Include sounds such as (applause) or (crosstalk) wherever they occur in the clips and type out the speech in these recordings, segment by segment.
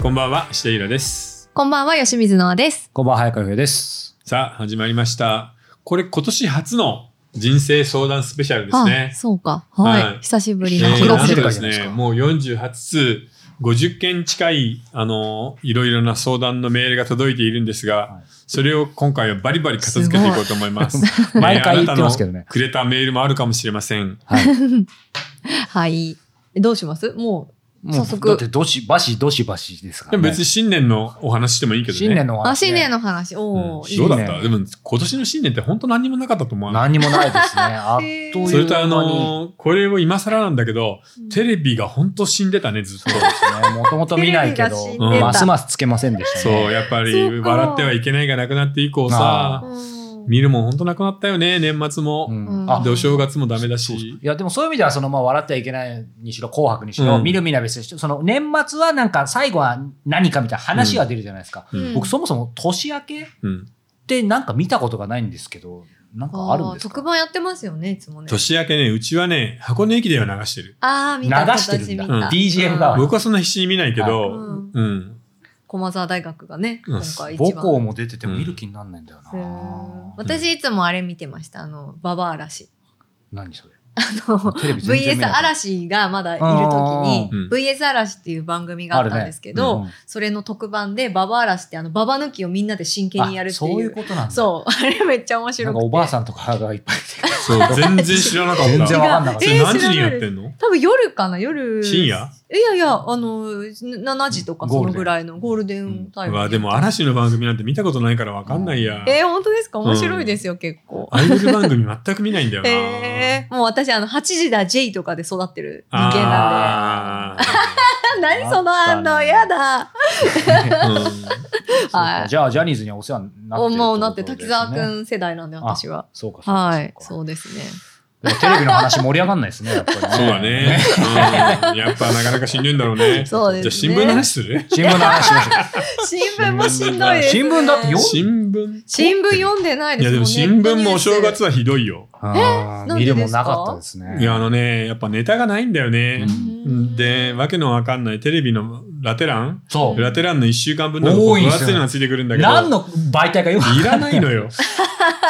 こんばんは、下平です。こんばんは、吉水のです。こんばんは、早川洋です。さあ、始まりました。これ今年初の人生相談スペシャルですねあ、。そうか。はい。はい久しぶりえのー記な録んしてとるで回じすゃないですかね、もう48通、50件近い、あの、いろいろな相談のメールが届いているんですが、はいそれを今回はバリバリ片付けていこうと思います。ごい毎回言ってますけどねあなたのくれたメールもあるかもしれません。 (laughs) はい。はい。どうしますもう、も早う速。だって、どし、ばし、どしばしですかでら、もね。別に新年のお話してもいいけどね。新年のおあ、話、ね。新年の話。おお、うんいいどねうだったでも今年の新年って本当何にもなかったと思わない何にもないですね。あっという間に。それとあのーこれを今更なんだけど、テレビが本当死んでたね、ずっと。もともと見ない (laughs) けテレビが死んど、たでうんますますつけませんでしたそう、ね。やっぱそり、うか笑ってはいけないがなくなって以降さあ、うん見るもん本当なくなったよね、年末も。んうんあで、お正月もダメだそうそういし。やでもそういう意味ではそのまあ笑ってはいけないにしろ紅白にしろ、うん見る見ない別にしろその年末はなんか最後は何かみたいな話が出るじゃないですか、うんうん僕そもそも年明けっうん。てなんか見たことがないんですけどなんかあるんですー特か番やってますよね、いつもね。年明けね、うちはね、箱根駅伝を流してる。ああ、見た。流してるんだ私見たうん BGM が僕はそんな必死に見ないけうどん、うん。駒沢大学がね、うん今回一母番。校も出てても見る気になんないんだよな、うん私いつもあれ見てました。あの、ババア嵐。何それあの、テレビ全然見 VS ない嵐がまだいるう時んに、VS 嵐っていう番組があったんですけあるど、ねうんそれの特番で、ババア嵐ってあの、ババ抜きをみんなで真剣にやるってあそういいうう。ことなんだそう、 (laughs) あれめっちゃ面な白んくかて。おばあさんとかがいっぱい出てくるそう、全然知らなかった。 (laughs) 全然わかんなかっそたれ違うえー何時に知らやないってんの多分夜かな夜。深夜いやいや、あの、7時とかそゴールデンのぐらいのゴールデンタイうム。わ、でも嵐の番組なんて見たことないからわかんないや。えー、本当ですか面白いですよ、結構。アイドル番組全く見ないんだよな。えー、もう私、あの、8時だ J とかで育ってる人間なんで。あ何その反あった応、ねやだ。 (laughs) ーうんそうかはいじゃあジャニーズにはお世話になってるってもう、だっことてで滝すね沢くん世代なんで、私は。そうかそうかはい、そそううですね。かでもテレビの話盛り上がんないですねやっぱりねそうだね。うんやっぱなかなか死んでんだろうね。そうですじねゃあ新聞の話する新聞の話しまし (laughs) ょ新聞もしんどいです、ね。新聞だってよ新聞新聞読んでないいですやでも新聞もお正月は。はひどいよ。うあーなん見でですかるもんなかったですねいやあのね、やっぱネタがないんだよね。うんで、わけのわかんないテレビのラテランそうラテランの1週間分の多いん分すよ厚いのがついてくるんだけど。何の媒体かよくいらないのよ。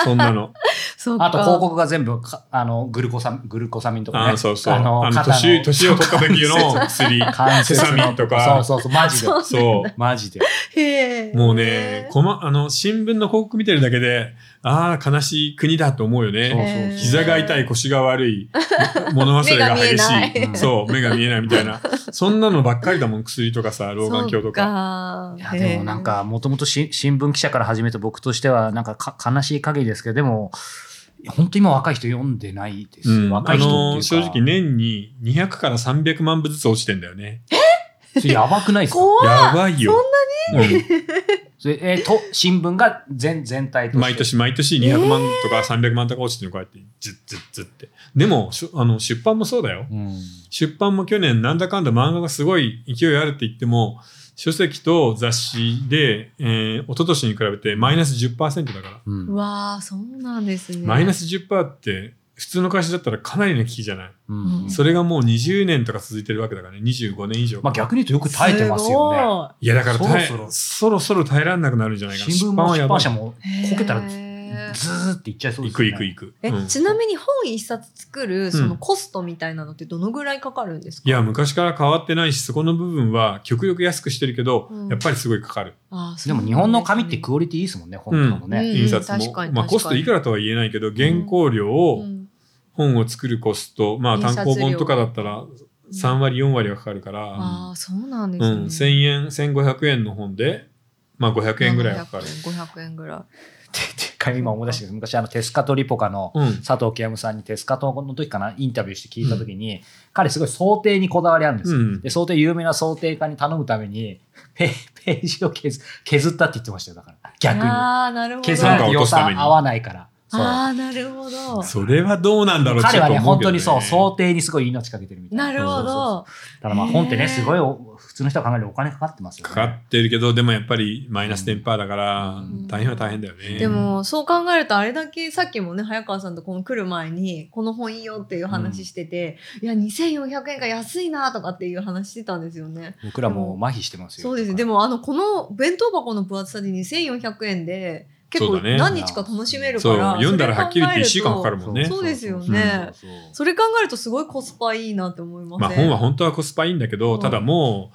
そんなの。そっか (laughs) あと広告が全部かあのグルコサミグルコサミンとかねあそうそう。あのの、肩の年、年を取った (laughs) 時の薬。関節の (laughs) セサミンとかそうそうそうマジでそうそう。マジでへえ。もうね、こま、あの、新聞の広告見てるだけで、ああ、悲しい国だと思うよそうね。そうそう膝が痛い、腰が悪い、物忘れが激し。目が見えないいそう、目が見えないみたいな。そんなのばっかりだもん、薬とかさ、老眼鏡とか。かいやでもなん、かもともと新聞記者から始めた僕としてはなんかか悲しい限りですけどでも本当今若い人読んでないですよ、うん若あい人っていうのか正直年に200から300万部ずつ落ちてんだよね。それやばくないですか怖い。やばいよ。そんなに、それえーと新聞が全全体として毎年毎年200万とか300万とか落ちてるの、こうやって、ずっずっずって。でも、しゅあの出版もそうだよ。うん出版も去年なんだかんだ漫画がすごい勢いあるって言っても書籍と雑誌で、えー、一昨年に比べてマイナス10%だから、うんうわあ、そうなんですね。マイナス10%って普通の会社だったらかなりの危機じゃない、うんそれがもう20年とか続いてるわけだからね25年以上、まあ逆に言うとよく耐えてますよねいやだから耐えそそろそろろそろ耐えられなくなるんじゃないかな新聞も出版社ももすごい。こけたらずへーーっていっちゃいそうで行すよくね行く行く、え、うんちなみに本一冊作るそうんのコストみたいなのってどのぐらいかかるんですか、いや昔から変わってないしそこの部分は極力安くしてるけど、うんやっぱりすごいかかるあーそでうなもんすね日本の紙ってクオリティいいですもんね本当のうんね、印刷確かも、にまあ、確かにコストいくらとは言えないけど原稿料を、うん本を作るコスト、まあ印刷単行本料とかだったら3割、4割はかかるから、ああ、そうなんでうすね。ん、1000円、1500円の本で、まあ500円ぐらいはかかる。 500円ぐらい。一回今思い出したけど昔あのテスカトリポカのうん。佐藤清さんにテスカトの時かなインタビューして聞いた時に、彼すごい想定にこだわりあるんですよ、うんで想定有名な想定家に頼むために (laughs) ペページを削削ったって言ってましたよだから逆にああ、なるほど。削られなて予んか落とすため算に合わないからああ、なるほど。それはどうなんだろう彼はね、ちょっと思本うけど当にそう、想定にすごい命かけてるみたいな。なるほそうそうそうど。ただまあ本ってへね、ーすごいお普通の人が考えるお金かかってますよかね。かってるけど、でもやっぱりマイナステンパーだからん、大変は大変だよね。でも、そう考えると、あれだけ、さっきもね、早川さんとこの来る前に、この本いいよっていう話してて、いや、2400円が安いなとかっていう話してたんですよね。僕らもう麻痺してますそよ。うですね。でも、も、あの、この弁当箱の分厚さで2400円で、結構そうだね何日か楽しめるかそう、ら、読んだらはっきり言って1週間かかる。るもんね。そうですよねそうそうそそうれ考えると、すごいコスパいいなって思いままあせん本は本当はコスパいいんだけど、うんただも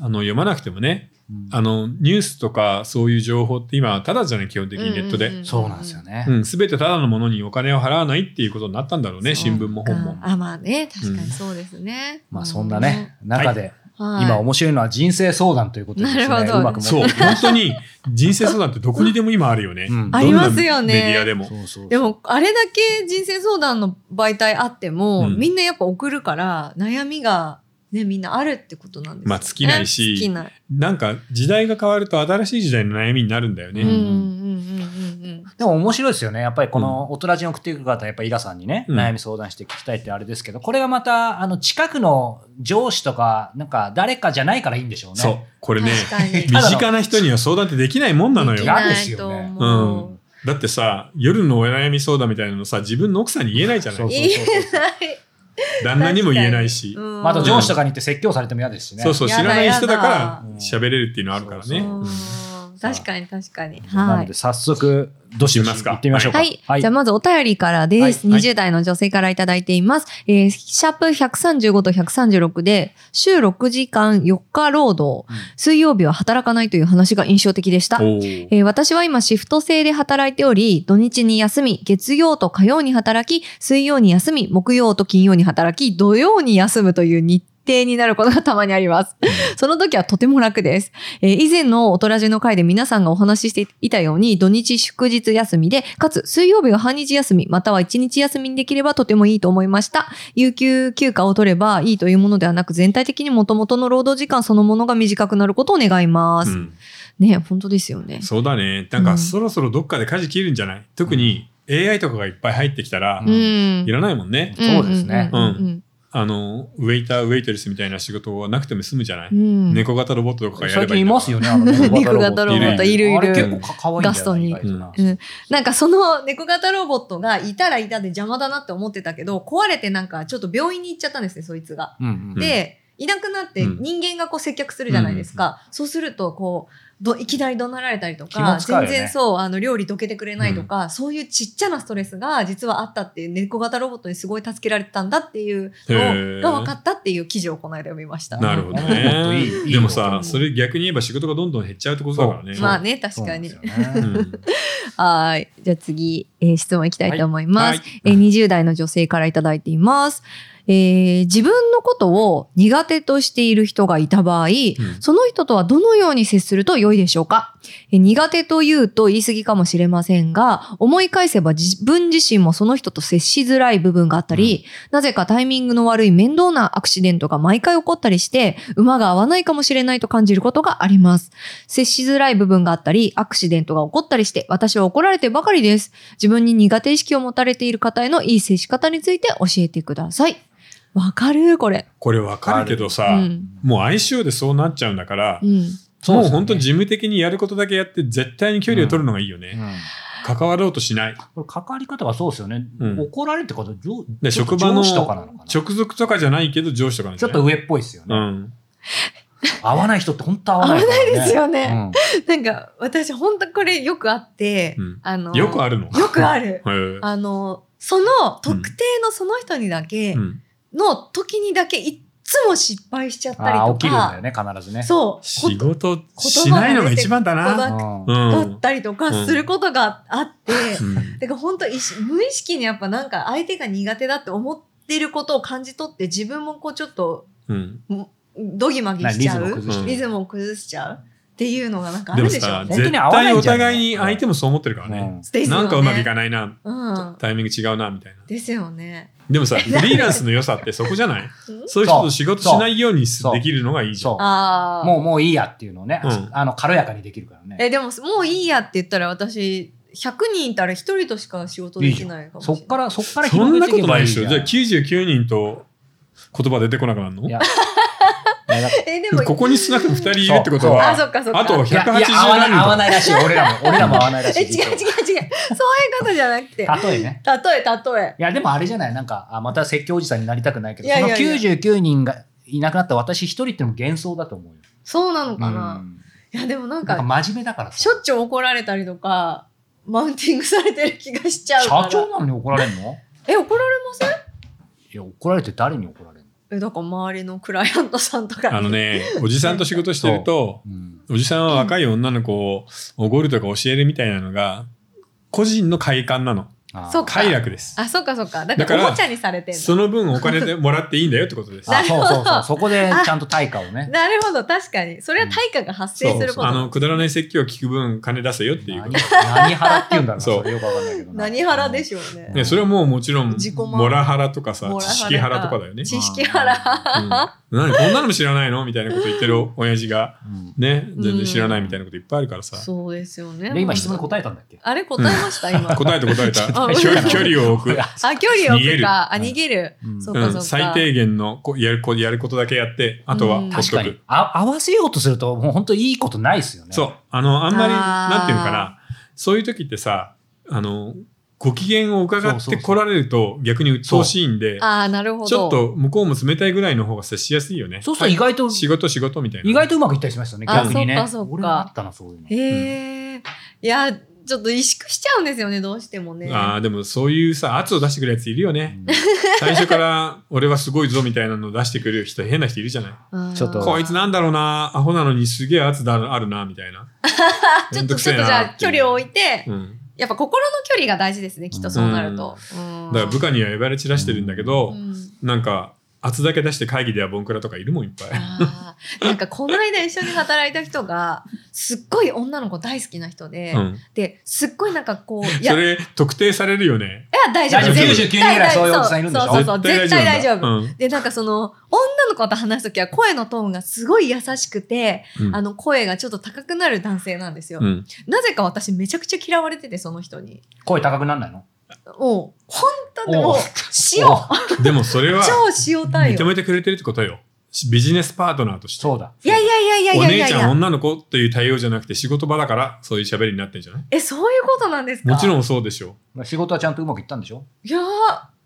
う、あの、読まなくてもね、うんあの、ニュースとかそういう情報って今、ただじゃない、基本的にネットで。うんそうなんですよね。すべてただのものにお金を払わないっていうことになったんだろうね、そう新聞も本も。あまあね確かにそうですね、まあそんなね、中で、うん、はい、今面白いのは人生相談ということでですね、うなるほどまくそう、持って本当に人生相談ってどこにでも今あるよね。うんどんなありますよねメディアでも。そうそうで、もあれだけ人生相談の媒体あっても、うんみんなやっぱ送るから悩みがねみんなあるってことなんですよねまあ尽きないし尽きない、なんか時代が変わると新しい時代の悩みになるんだよね。うんうんんうんうんうんでも面白いですよね。やっぱりこの大人人送っていく方はやっぱりイラさんにね、うん悩み相談して聞きたいってあれですけど、これがまた、あの、近くの上司とか、なんか誰かじゃないからいいんでしょうね。そう、これね、確かに身近な人には相談ってできないもんなのでよき。やないと思うう、ん。だってさ、夜のお悩み相談みたいなのさ、自分の奥さんに言えないじゃなそうい。そう言えそうない旦那にも言えないし。 (laughs) うんまああと上司とかに行って説教されても嫌ですしね。そうそう、知やらだない人だからやだ喋れるっていうのあるからうね。うんうん確かに確かになはのいで早速、どしどし行ってみましょうか。はい。じゃあまずお便りからです。はい20代の女性からいただいています。えーシャープ135と136で、週6時間4日労働、うん水曜日は働かないという話が印象的でした。おーえー私は今シフト制で働いており、土日に休み、月曜と火曜に働き、水曜に休み、木曜と金曜に働き、土曜に休むという日程になることがたまにあります。その時はとても楽です。えー以前のオトラジの回で皆さんがお話ししていたように、土日祝日休みで、かつ水曜日は半日休み、または一日休みにできればとてもいいと思いました。有給休暇を取ればいいというものではなく、全体的に元々の労働時間そのものが短くなることを願います。うんね、本当ですよね。そうだね。なんかそろそろどっかで舵切るんじゃない特に AI とかがいっぱい入ってきたらう、んいらないもんね。そうですねうんうんあの、ウェイター、ウェイトレスみたいな仕事はなくても済むじゃないうんうん猫型ロボットとかがやれ最ばい近いいんだからますよね、あのね (laughs) 猫型ロボットいるいるあれ結構かかわいいんだよガねストに意外となうんなんかその猫型ロボットがいたらいたで邪魔だなって思ってたけど壊れてなんかちょっと病院に行っちゃったんですねそいつが。うんうんで、いなくなってうん人間がこう接客するじゃないですか、そうするとこうどいきなり怒鳴られたりと気か、も使うよ全ね然そうあの料理どけてくれないとか、そういうちっちゃなストレスが実はあったっていう猫型ロボットにすごい助けられてたんだっていうへーのが分かったっていう記事をこの間読みました。なるほどロボットいいいいね。よでもさ、それ逆に言えば仕事がどんどん減っちゃうってことだからね。まあねそ確うなかんでにす。よねうんはい。じゃあ次、えー質問いきたいと思います。はいえー20代の女性からいただいています。えー自分のことを苦手としている人がいた場合、その人とはどのように接すると良いでしょうか、えー苦手というと言い過ぎかもしれませんが、思い返せば自分自身もその人と接しづらい部分があったり、なぜかタイミングの悪い面倒なアクシデントが毎回起こったりして、馬が合わないかもしれないと感じることがあります。接しづらい部分があったり、アクシデントが起こったりして、私は怒られてばかりです。自分に苦手意識を持たれている方へのいい接し方について教えてください。わかるこれ。これわかるけどうさ、ん。もう相性でそうなっちゃうんだからう、ん。そうもでうすね本当事務的にやることだけやって絶対に距離を取るのがいいようね。ん関わろうとしない。これ関わり方がそうですよね。うん怒られるってこと上でちょっ職と場の上司とかなのかなちょ直属とかじゃないけど上司とかなんじゃっないと上っぽいですようね。ん。合わない人って本当合わないから、ね。危ないですよねうんなんか、私、ほんとこれよくあって、うんあの、よくあるの。よくある。へえあの、その特定のその人にだけ、うんの時にだけいっつも失敗しちゃったりあーと起きるんだか、よね、必ずね。そう、仕こ事しないのが一番だな。ううんんだったりとかすることがあって、うんだから本当意識無意識にやっぱなんか相手が苦手だって思ってることを感じ取って自分もこうちょっと (laughs) うんどぎまぎなしリちゃズムう崩してる。リズムを崩しちゃうっていうのがなんかあでるもでしょさう、ね。絶対お互いに相手もそう思ってるからね。ですよなねんかうまくいかないな、うん。タイミング違うな、みたいな。ですよね。でも (laughs) さ、フリーランスの良さってそこじゃないうんそういう人と仕事しないようにすそうできるのがいいじゃん。そう。ああ。もう、もういいやっていうのをね、うんあの、軽やかにできるからね。え、でも、もういいやって言ったら私、 100人いたら1人としか仕事できないかもしそれない。っから、そっからそんなことないでしじょ。ゃじゃあ99人と言葉出てこなくなるのいやんいやだかえ、でも、ここに少なくとも2人いるってことそうは、あ、そっかそっか。あとえ、違うらいやいや合わない合わないらしい。俺らも、俺らも合わない (laughs) らしい。違う違う。そういうことじゃなくて。例えね。例え、例え。いや、でもあれじゃないなんか、あまた説教おじさんになりたくないけど、いやいやいやその99人がいなくなった私一人ってのも幻想だと思うよ。そうなのかうな。んいや、でもなんなんかか、真面目だからさしょっちゅう怒られたりとか、マウンティングされてる気がしちゃうから。社長なのに怒られんのえ、怒られませんいや、怒られて誰に怒られんのえ、だから周りのクライアントさんとかに。あのね、おじさんと仕事してると、うん。おじさんは若い女の子をおごるとか教えるみたいなのが、個人の快感なの。あーそうか快楽です。あ、そっかそっか。だだか、かららおもちゃにされてんその。の分お金でもらっていいんだよってことです。あそうそうそう。そこでちゃんと対価をね。なるほど、確かに。それは対価が発生するこあと。の、くだらない説教を聞く分金出せよっていうこ何と。何腹って言うんだろうなそうそれよくわかんないけどな何腹でしょうね。ね、それはもうもちろん自己、満モラハラとかさモ、ラハラ知識ハラとかだよね。知識腹。うん、何こんなのも知らないのみたいなこと言ってる親父が、うんね、全然知らないみたいなこといっぱいあるからさ。そうですよね。で今質問に答えたんだっけあれ答えました、今。答えて答えた。あ距離 (laughs) 距離を置く。あ、距離を逃置げくるか。あ、逃げる。うんそうう、かそうんか。最低限のこやるこやることだけやって、あとはうほんっ確とかくに。あ合わせようとするともう本当いいことないですよね。そう。あの、あんまり、あーなんていうのかな。そういう時ってさ、あの、ご機嫌を伺そうっそうてそう来られると逆に鬱陶しいんで、ああ、なるほど。ちょっと向こうも冷たいぐらいの方が接しやすいよね。そうすると意外と、仕事仕事みたいな。意外とうまくいったりしましたね、あ逆にね。そうかそうか俺もあったな、そういうの。へえ。いや、ちょっと萎縮しちゃうんですよね、どうしてもね。ああ、でもそういうさ、圧を出してくるやついるよ (laughs) ね。最初から俺はすごいぞみたいなのを出してくる人、変な人いる (laughs) じゃない。うんちょっとこいつなんだろうな、アホなのにすげえ圧だあるな、みたいな。ちめょっんどと、く (laughs) ちせょえっとじなゃあってい距う離を置いて、うん。やっぱ心の距離が大事ですね、きっとそうなると。うんだから部下には言われ散らしてるんだけど、うんなんか、圧だけ出して会議ではボンクラとかいるもんいっぱい。あーなんかこの間一緒に働いた人が、すっごい女の子大好きな人で、うん。で、すっごいなんかこう、いや、そいやれ、特定されるよね。大丈夫。大丈夫全99然人ぐらいそういうおじさんいるんでしょそうそうそう、絶対大丈夫。夫。で、なんかその、女の子と話すときは声のトーンがすごい優しくて、うん。あの声がちょっと高くなる男性なんですよ。うん。なぜか私めちゃくちゃ嫌われてて、その人に。 (laughs) 声高くなんないのもう、本当にもうおう、塩、おうでもそれは、超塩対認応。めてくれてるってことよ。ビジネスパートナーとして。そうだ。いやいやいやいおやい姉やいちゃんや。女の子という対応じゃなくて仕事場だからそういう喋りになってるんじゃないえ、そういうことなんですかもちろん。んそうでしょ仕事はちゃんとうまくいったんでしょいやー、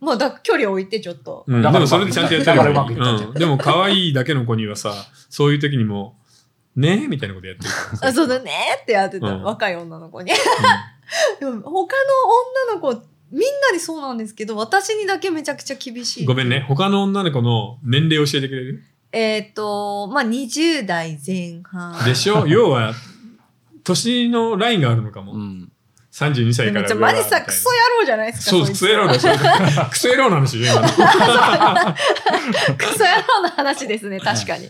まあ、だ距離を置いてちょっと。う、うん、でだからもそれでちゃんとやってるだからうまよくねいったんじゃんうん、でも可愛いだけの子にはさそういう時にも「ねえ」みたいなことやってるからさあそうだねーってやってた、うん若い女の子に。 (laughs) でも他の女の子、みんなにそうなんですけど、私にだけめちゃくちゃ厳しうん (laughs) いご。めんね他の女の子の年齢教えてくれるえっ、と、まあ、20代前半。でし (laughs) ょ要は年のラインがあるのかも、ん。 32歳かめっらちゃ上はマジさ、みたいなクソ野郎じゃないですか。そうこいクつソ野郎だ。 (laughs) よクソ野郎の話よ今のクソ野郎の話ですね、確か (laughs) に。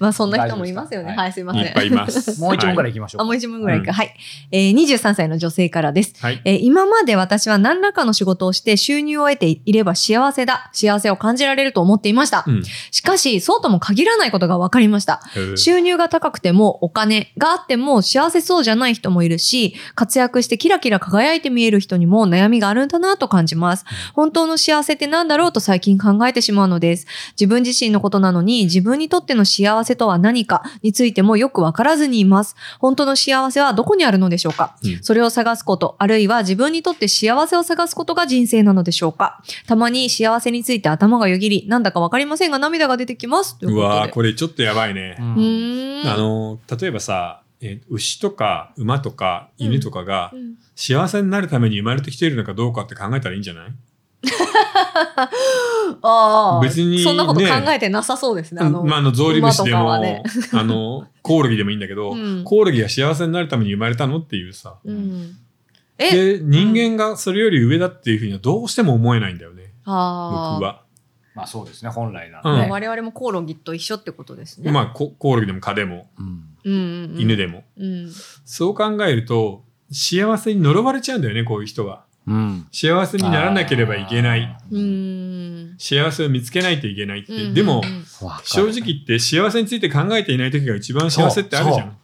まあ、そんな人もいますよね。大丈夫ですかはい、すいまいせん。っぱいい (laughs) ますもう一問ぐらいい行きましょあ、う。もう一問ぐらいか。うはい。えー、23歳の女性からです。はい、えー今まで私は何らかの仕事をして収入を得ていれば幸せだ、幸せを感じられると思っていました。うんしかし、そうとも限らないことが分かりました。えー収入が高くてもお金があっても幸せそうじゃない人もいるし、活躍してキラキラ輝いて見える人にも悩みがあるんだなと感じます。本当の幸せって何だろうと最近考えてしまうのです。自分自身のことなのに自分にとっての幸せとは何かについてもよくわからずにいます。本当の幸せはどこにあるのでしょうか、うんそれを探すこと、あるいは自分にとって幸せを探すことが人生なのでしょうかたまに幸せについて頭がよぎり、なんだかわかりませんが涙が出てきます。といううことわーで。これちょっとやばいね、うんうーんあの例えばさ、えー牛とか馬とかうん犬とかがうん幸せになるために生まれてきているのかどうかって考えたらいいんじゃないああ、別にそんなこと考ねえてなさそうですね。あの,、まあ、あのゾウリムシで馬とかも、はねあのコオロギでもいいんだけど、うんコオロギが幸せになるために生まれたのっていうさうん、え、で人間がそれより上だっていうふうにはどうしても思えないんだよね、あ僕は。まあそうですね、本来なあ、うらんまあね。我々もコオロギと一緒ってことですね。まあココオロギでも蚊でもうんうんうんうん、犬でも、うん。そう考えると幸せに呪われちゃうんだよねこういう人は。うん。幸せにならなければいけないあうー。ん。幸せを見つけないといけないって、うんでも、うんわかる正直言って幸せについて考えていない時が一番幸せってあるじゃん。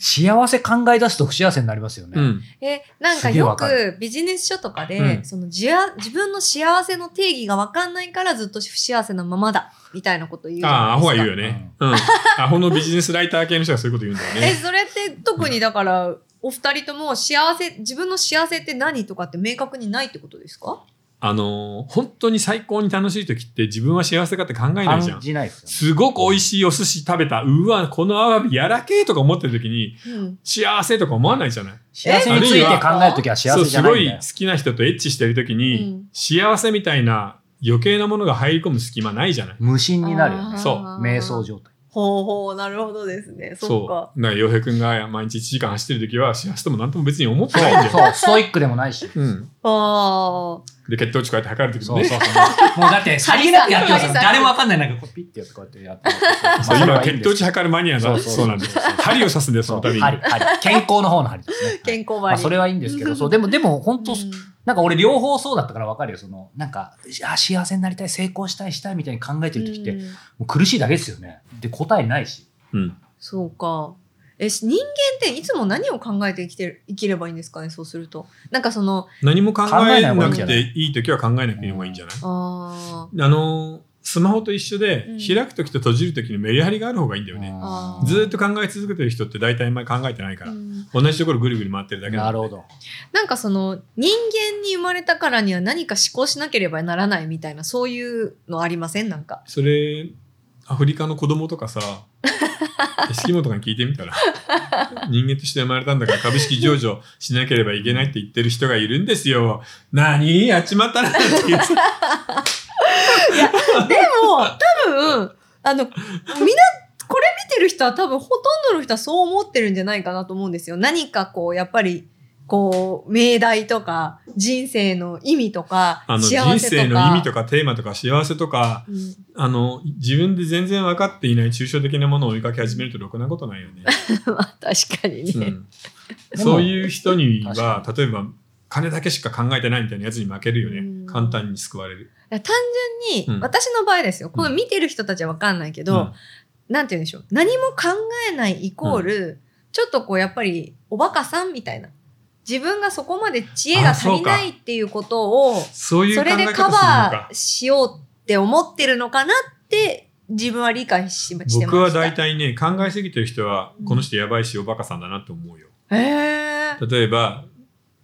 幸せ考え出すと不幸せになりますよね。うん。え、なんかすげえよわかくビジネス書とかで、うんその自あ自分の幸せの定義がわかんないからずっと不幸せなままだ、みたいなこと言うじゃああ、ないアホですか。は言うよね。うん。アホのビジネスライター系の人がそういうこと言うんだよえ、ね。それって特にだから、お二人とも幸せ、自分の幸せって何とかって明確にないってことですかあのー、本当に最高に楽しい時って自分は幸せかって考えないじゃ感ん。じないですよね。すごく美味しいお寿司食べた。うわ、このアワビやらけえとか思ってる時に、うん。幸せとか思わないじゃない。幸せについて考えるときは幸そせう、じすゃなごいんいだよ好。きな人とエッチしてる時に、うん幸せみたいな余計なものが入り込む隙間ないじゃない。無心になるよね。そう瞑想。状態。ほうほう、なるほどですね。そそうう。か。だから、洋平くんが毎日1時間走ってる時は、幸せともなんとも別に思ってないんだそう、よ。そう、ストイックでもないし。うん。あで、血糖値こうやって測る時もそうね。そうそう。もうだって、さりげなくやってますよハリさん誰もわかんない。なんかこうピッてやってこうやってやってる。そう今、血糖そ値測るマニアそのうそう (laughs) そうなんです。針を刺すんです、そのう、度に。針、針。健康の方の針です (laughs) ね。あ、健康まバあ、リ。それはいいんですけど、そう、でも、でも、本当、うんなんか俺両方そうだったからわかるよ。その、なんか、あ幸せになりたい、成功したい、したいみたいに考えてる時って、うもんう苦しいだけですよね。で、答えないし。うん。そうか。え、し人間っていつも何を考えて生きてる、生きればいいんですかね、そうすると。なんかその、何も考えな考えない方がいいんくじゃなていいい時は考えなくてもいいんじゃないああのー、スマホと一緒でうん、開く時と閉じる時にメリハリがある方がいいんだよね。あうんずーっと考え続けてる人って大体あんまり考えてないかあ、らう。ん同じところぐるぐる回ってるだけななるのほで。ど。なんかその、人間に生まれたからには何か思考しなければならないみたいな、そういうのありませんなんか。それ、アフリカの子供とか (laughs) さ、エスキモとかに聞いてみたら、人間として生まれたんだから株式上場しなければいけないって言ってる人がいるんですよ。何やっちまったなって (laughs) いうさ。でも、多分、あの、みんな、これ見てる人は多分、ほとんどの人はそう思ってるんじゃないかなと思うんですよ。何かこう、やっぱり、こう、命題とか、人生の意味とか、あの幸せとか。人生の意味とかテーマとか幸せとかうんあの自分で全然分かっていない抽象的なものを追いかけ始めるとろくなことないよね。 (laughs) まあ、確かに (laughs) ね。うんそういう人に確はか例えば金だけしか考えてないみたいなやつに負けるようんね簡単に救われる。単純に、うん私の場合ですよこのうん見てる人たちは分かんないけど、なんて言うんでしょう何も考えないイコール、ちょっとこうやっぱりおバカさんみたいな自分がそこまで知恵が足りないっていうことをそういうそ考え方するれでのカかバー。しようって思ってるのかなって自分は理解ししてました僕は大体ね考えすぎてる人はこの人やばいしおバカさんだなって思うよ。へー例えば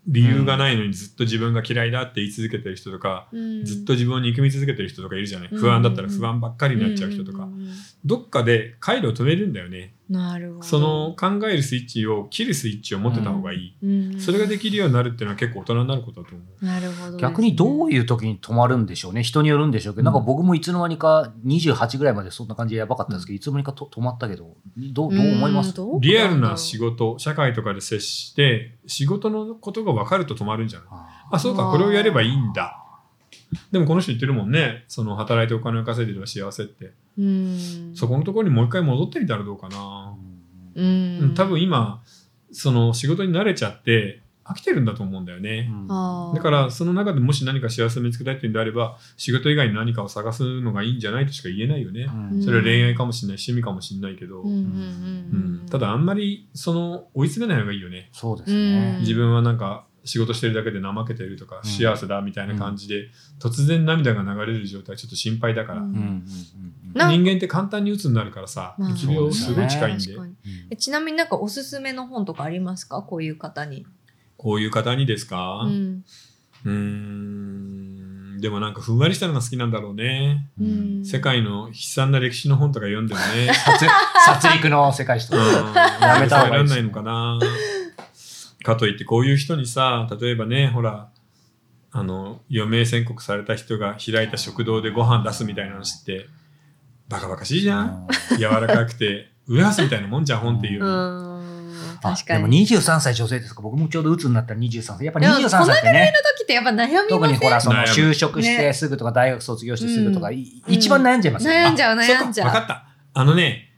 理由がないのにずっと自分が嫌いだって言い続けてる人とか、うんずっと自分を憎み続けてる人とかいるじゃない、うん不安だったら不安ばっかりになっちゃう人とか、んんうんどっかで回路を止めるんだよねなるほどその考えるスイッチを切るスイッチを持ってた方がいい、うんそれができるようになるっていうのは結構大人になることだと思うなるほどですね、逆にどういう時に止まるんでしょうね。人によるんでしょうけど、なんか僕もいつの間にか28ぐらいまでそんな感じでやばかったんですけど、いつの間にかと止まったけど、どう、どう思いまんすどうなんだろうリアルな仕事社会とかで接して仕事のことが分かると止まるんじゃないああそうあーかこれをやればいいんだでもこの人言ってるもんねその働いてお金を稼いでれば幸せってうんそこのところにもう一回戻ってみたらどうかなー、うんうん多分今その仕事に慣れちゃって飽きてるんだと思うんだよね、あーだからその中でもし何か幸せを見つけたいっていうんであれば仕事以外に何かを探すのがいいんじゃないとしか言えないよねう。うんんそれは恋愛かもしれない趣味かもしれないけど、うんうんうんうんただあんまりその追い詰めない方がいいよね。そうですね。自分はなんか仕事してるだけで怠けてるとかうん幸せだみたいな感じで突然涙が流れる状態はちょっと心配だから、ううんんうんうんうんなん人間って簡単に鬱になるからさ、まあうつ病すごい近いんで確かにえちなみになんかおすすめの本とかありますかこういう方に、こういう方にですかう、んうーんでもなんかふんわりしたのが好きなんだろうね。うんうん世界の悲惨な歴史の本とか読んでもね。殺殺戮の世界史とか。やめた方がいいんですないねのかな。かといってこういう人にさ例えばねほらあの余命宣告された人が開いた食堂でご飯出すみたいなの知ってバカバカしいじゃん柔らかくてウエハースみたいなもんじゃん本っていうよりうん、あ確かにでも23歳女性ですか僕もちょうど鬱になったら23歳やっぱりでも23歳ってねその時ってやっぱ悩みません特にほらその悩む就職しねてすぐとか大学卒業してすぐとか、うんい一番悩んじゃいますよね、悩んじゃう悩んじゃ分かうったあのね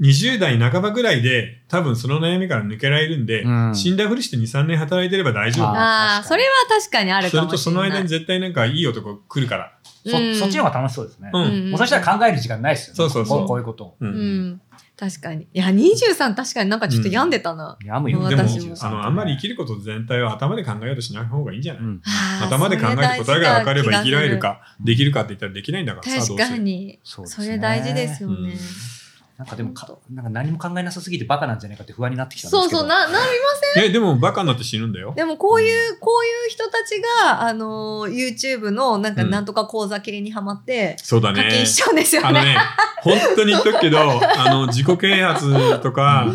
20代半ばぐらいで、多分その悩みから抜けられるんで、うん死んだふりして2、3年働いてれば大丈夫。ああーあ、それは確かにあるそかれもとしそれのない。間に絶対なんかいい男来るから。うんそそっちの方が楽しそうですね。うもんうんうそしたら考える時間ないですよね。そうそうそうここういうことを。ううんん。確かに。いや、23確かになんかちょっと病んでたな。やむよ、うんでも私もあの、あんまり生きること全体を頭で考えようとしない方がいいんじゃない、うんあー頭で考えて答えが分かれば生きられる。か、うんできるかって言ったらできないんだからそさ、れ大どう事すなる気がする確かに。そうですそねれ大事ですようんね。なんかでもか、なんか何も考えなさすぎてバカなんじゃないかって不安になってきたんですそうけど。そう、な、なりまえ、でもバカになって死ぬんだよ。でもこういう、こういう人たちが、あのー、YouTube のなんかうんなんとか講座系にはまって、そうだ課ね。金しちゃうんですよあのね。ね、本当に言っとくけ (laughs) ど、あの、自己啓発とか、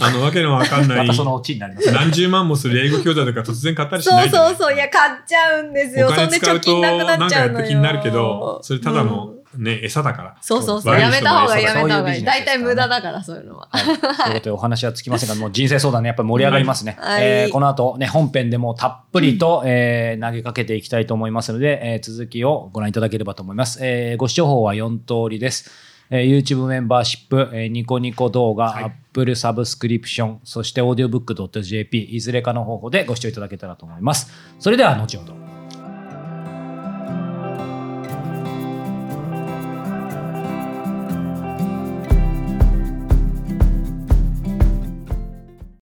あの、わけのわかんなまいた、そのオチになりますね。何十万もする英語教材とか突然買ったりしそなういでそうそう、いや、買っちゃうんですよ。おそん金で使貯うと、金なくななんっちかゃやうっのよ。た気になるけど、それただのね、餌だから。そうそうそう、悪いや人のめた方がいいや餌だめた方がいい。そういうビジネスですから大ね体無駄だから、そういうのは。はいということでお話はつきませんが、もう人生相談ね、やっぱり盛り上がりますね。はいえーこの後ね、本編でもたっぷりと、えー投げかけていきたいと思いますので、えー続きをご覧いただければと思います。えーご視聴法は4通りです。えー YouTube メンバーシップ、えーニコニコ動画、はい Apple サブスクリプション、そして audiobook.jp、いずれかの方法でご視聴いただけたらと思います。それでは後ほど。